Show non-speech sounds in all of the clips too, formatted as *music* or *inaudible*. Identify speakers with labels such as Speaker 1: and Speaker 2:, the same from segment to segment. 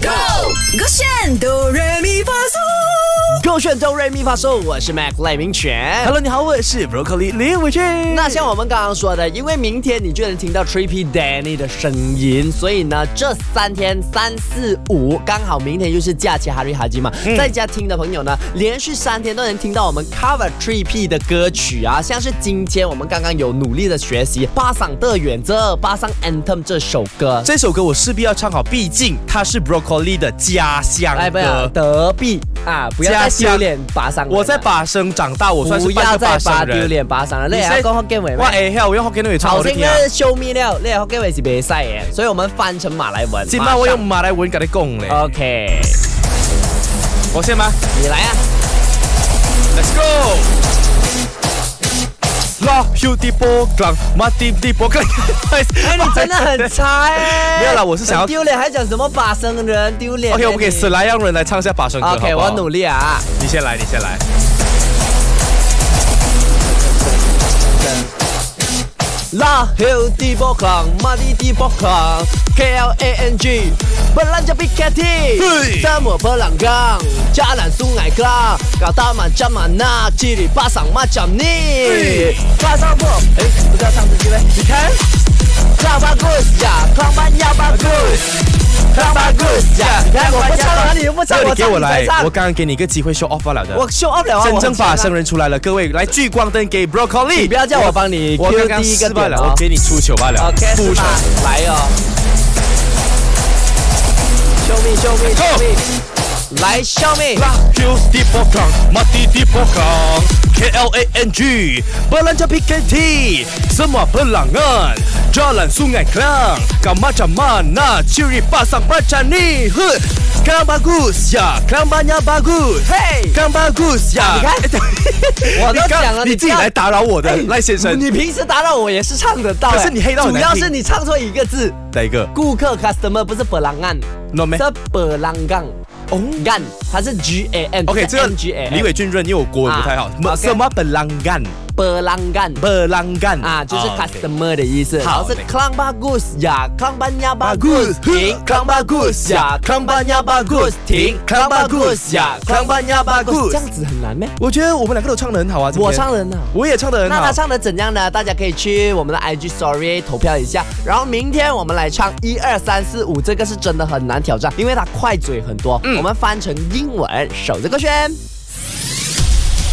Speaker 1: Go，
Speaker 2: 勾选哆来咪发嗦，
Speaker 1: 勾选周瑞咪发售，我是 Mac 赖明全。
Speaker 3: Hello，你好，我是 Broccoli 李伟俊。
Speaker 1: 那像我们刚刚说的，因为明天你就能听到 Trippy Danny 的声音，所以呢，这三天三四五刚好明天又是假期哈瑞哈基嘛，
Speaker 3: 嗯
Speaker 1: 在家听的朋友呢，连续三天都能听到我们 cover Trippy 的歌曲啊，像是今天我们刚刚有努力的学习《巴桑的远这巴桑 Anthem》这首歌，
Speaker 3: 这首歌我势必要唱好，毕竟它是 Broccoli 的家乡
Speaker 1: 哎来不要
Speaker 3: 歌。
Speaker 1: 得必啊，不要再
Speaker 3: 家乡
Speaker 1: 丢脸巴桑人了，
Speaker 3: 我在巴生长大，我算是
Speaker 1: 不
Speaker 3: 半
Speaker 1: 要
Speaker 3: 个
Speaker 1: 再
Speaker 3: 巴
Speaker 1: 把
Speaker 3: 生
Speaker 1: 丢
Speaker 3: 人。
Speaker 1: 脸巴桑人，啊你
Speaker 3: 你
Speaker 1: 还
Speaker 3: 是
Speaker 1: 讲福建话咩
Speaker 3: 哇，哎呀，我用福建语唱
Speaker 1: 頭
Speaker 3: 我的
Speaker 1: 先
Speaker 3: 天啊！
Speaker 1: 嘅 show me 了，你喺福建衛視比賽嘅，所以我們翻成馬來文。
Speaker 3: 今晚我用马来文跟你讲嘞。
Speaker 1: OK，
Speaker 3: 我先吗
Speaker 1: 你來啊！
Speaker 3: ？Let's go。La h u di bo g a n ma di di bo *laughs* g a n
Speaker 1: 哎，你真
Speaker 3: *laughs*
Speaker 1: 的很差欸
Speaker 3: 没有啦我是想要
Speaker 1: 很丢脸，還講什麼巴生人丢臉
Speaker 3: OK，我们给
Speaker 1: 欸你
Speaker 3: 史莱阳人来唱一下巴生歌
Speaker 1: OK，
Speaker 3: 好不好
Speaker 1: 我努力啊！
Speaker 3: 你先来，你先来。
Speaker 1: La hill di b o k a n g muddy di b o k a n g K L A N G belanja PKT，
Speaker 3: 嘿
Speaker 1: 沙漠波浪江，加兰苏艾克，搞大马加马那，七里巴桑马讲你
Speaker 3: 嘿，
Speaker 1: 巴桑布，哎，不知道唱自己呗？你看，大巴 goose 呀，狂班幺八 goose，大巴 goose 呀，你看我不唱了，你又不唱，
Speaker 3: 那
Speaker 1: 我
Speaker 3: 你给
Speaker 1: 唱
Speaker 3: 我
Speaker 1: 你再
Speaker 3: 来，
Speaker 1: 唱
Speaker 3: 我，刚刚给你一个机会 show off 不了的。
Speaker 1: 我 show up 了啊，
Speaker 3: 真
Speaker 1: 我
Speaker 3: 正
Speaker 1: 很强啊
Speaker 3: 把生人出来了，各位来聚光灯给 broccoli。
Speaker 1: 你不要叫我帮你
Speaker 3: 我
Speaker 1: cue
Speaker 3: 刚刚
Speaker 1: 第一个
Speaker 3: 失败
Speaker 1: 点
Speaker 3: 了，
Speaker 1: 哦
Speaker 3: 我给你出糗罢了。
Speaker 1: OK，
Speaker 3: 出
Speaker 1: 是
Speaker 3: 糗
Speaker 1: 吗？来哦。秀密秀密秀密，来秀密。
Speaker 3: 拉 Q 地波康，马蒂地波康，K L A N G，波兰加 P K T，semua pelangan jalan sungai Klang, kau macam mana ciri pasang macam ni? Huh, kau bagus ya, kau banyak bagus. *laughs*
Speaker 1: 嘿，
Speaker 3: 刚，bagus 呀！
Speaker 1: 你看我都
Speaker 3: 你刚
Speaker 1: 讲了
Speaker 3: 你自己
Speaker 1: 不要
Speaker 3: 来打扰我的
Speaker 1: 哎
Speaker 3: 赖先生
Speaker 1: 你平时打扰我也是唱得到哎，
Speaker 3: 可是你黑到很
Speaker 1: 主
Speaker 3: 难
Speaker 1: 要
Speaker 3: 听
Speaker 1: 是你唱错一个字，
Speaker 3: 哪一个
Speaker 1: 顾客 customer 不是本浪岸，
Speaker 3: ？no man。
Speaker 1: 是本浪杠
Speaker 3: 哦
Speaker 1: 干，它是 G A N。
Speaker 3: OK，
Speaker 1: 不
Speaker 3: 这
Speaker 1: 是
Speaker 3: 个
Speaker 1: N 嗯 G A
Speaker 3: 李
Speaker 1: N。
Speaker 3: 伟俊润，因为我国文不太好
Speaker 1: 啊。
Speaker 3: 什
Speaker 1: OK
Speaker 3: 什么本浪干？
Speaker 1: 本浪干
Speaker 3: 本浪干
Speaker 1: 啊，就是
Speaker 3: 哦 OK
Speaker 1: customer 的意思。
Speaker 3: 好
Speaker 1: 然后是
Speaker 3: 嘞
Speaker 1: klang bagus 呀，klang banyak bagus 停
Speaker 3: Bagus，康巴 Goose 呀，康巴亚巴 Goose，停，康巴 Goose 呀，康巴亚巴
Speaker 1: 这
Speaker 3: Goose
Speaker 1: 样。子很难咩？
Speaker 3: 我觉得我们两个都唱的很好啊，今天
Speaker 1: 我唱，的呢。
Speaker 3: 我也唱的很啊
Speaker 1: 那
Speaker 3: 好
Speaker 1: 他。唱的怎样呢？大家可以去我们的 IG Story 投票一下。然后明天我们来唱一二三四五，这个是真的很难挑战，因为它快嘴很多。
Speaker 3: 嗯
Speaker 1: 我们翻成英文，守着歌圈。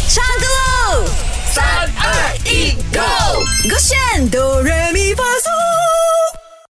Speaker 2: 唱歌喽！三二一，Go！勾选哆来咪发嗦。